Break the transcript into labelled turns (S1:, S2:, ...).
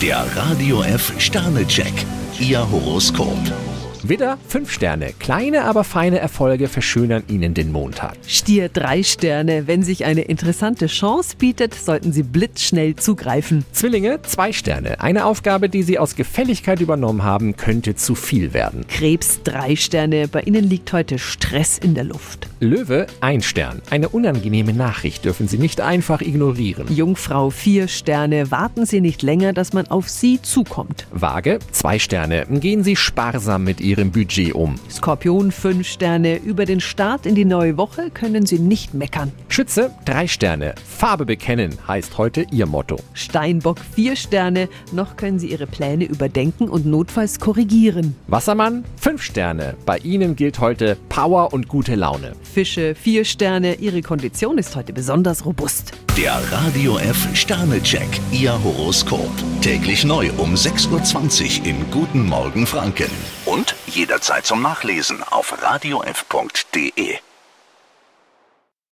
S1: Der Radio F Sternecheck, Ihr Horoskop.
S2: Widder, 5 Sterne. Kleine, aber feine Erfolge verschönern Ihnen den Montag.
S3: Stier drei Sterne. Wenn sich eine interessante Chance bietet, sollten Sie blitzschnell zugreifen.
S2: Zwillinge, 2 Sterne. Eine Aufgabe, die Sie aus Gefälligkeit übernommen haben, könnte zu viel werden.
S3: Krebs drei Sterne. Bei Ihnen liegt heute Stress in der Luft.
S2: Löwe, 1 Stern. Eine unangenehme Nachricht dürfen Sie nicht einfach ignorieren.
S3: Jungfrau vier Sterne. Warten Sie nicht länger, dass man auf Sie zukommt.
S2: Waage, 2 Sterne. Gehen Sie sparsam mit Ihrem Budget um.
S3: Skorpion fünf Sterne. Über den Start in die neue Woche können Sie nicht meckern.
S2: Schütze, 3 Sterne. Farbe bekennen heißt heute Ihr Motto.
S3: Steinbock vier Sterne. Noch können Sie Ihre Pläne überdenken und notfalls korrigieren.
S2: Wassermann, 5 Sterne. Bei Ihnen gilt heute Power und gute Laune.
S3: Fische vier Sterne. Ihre Kondition ist heute besonders robust.
S1: Der Radio F Sternecheck, Ihr Horoskop. Täglich neu um 6.20 Uhr im Guten Morgen Franken. Und jederzeit zum Nachlesen auf radiof.de.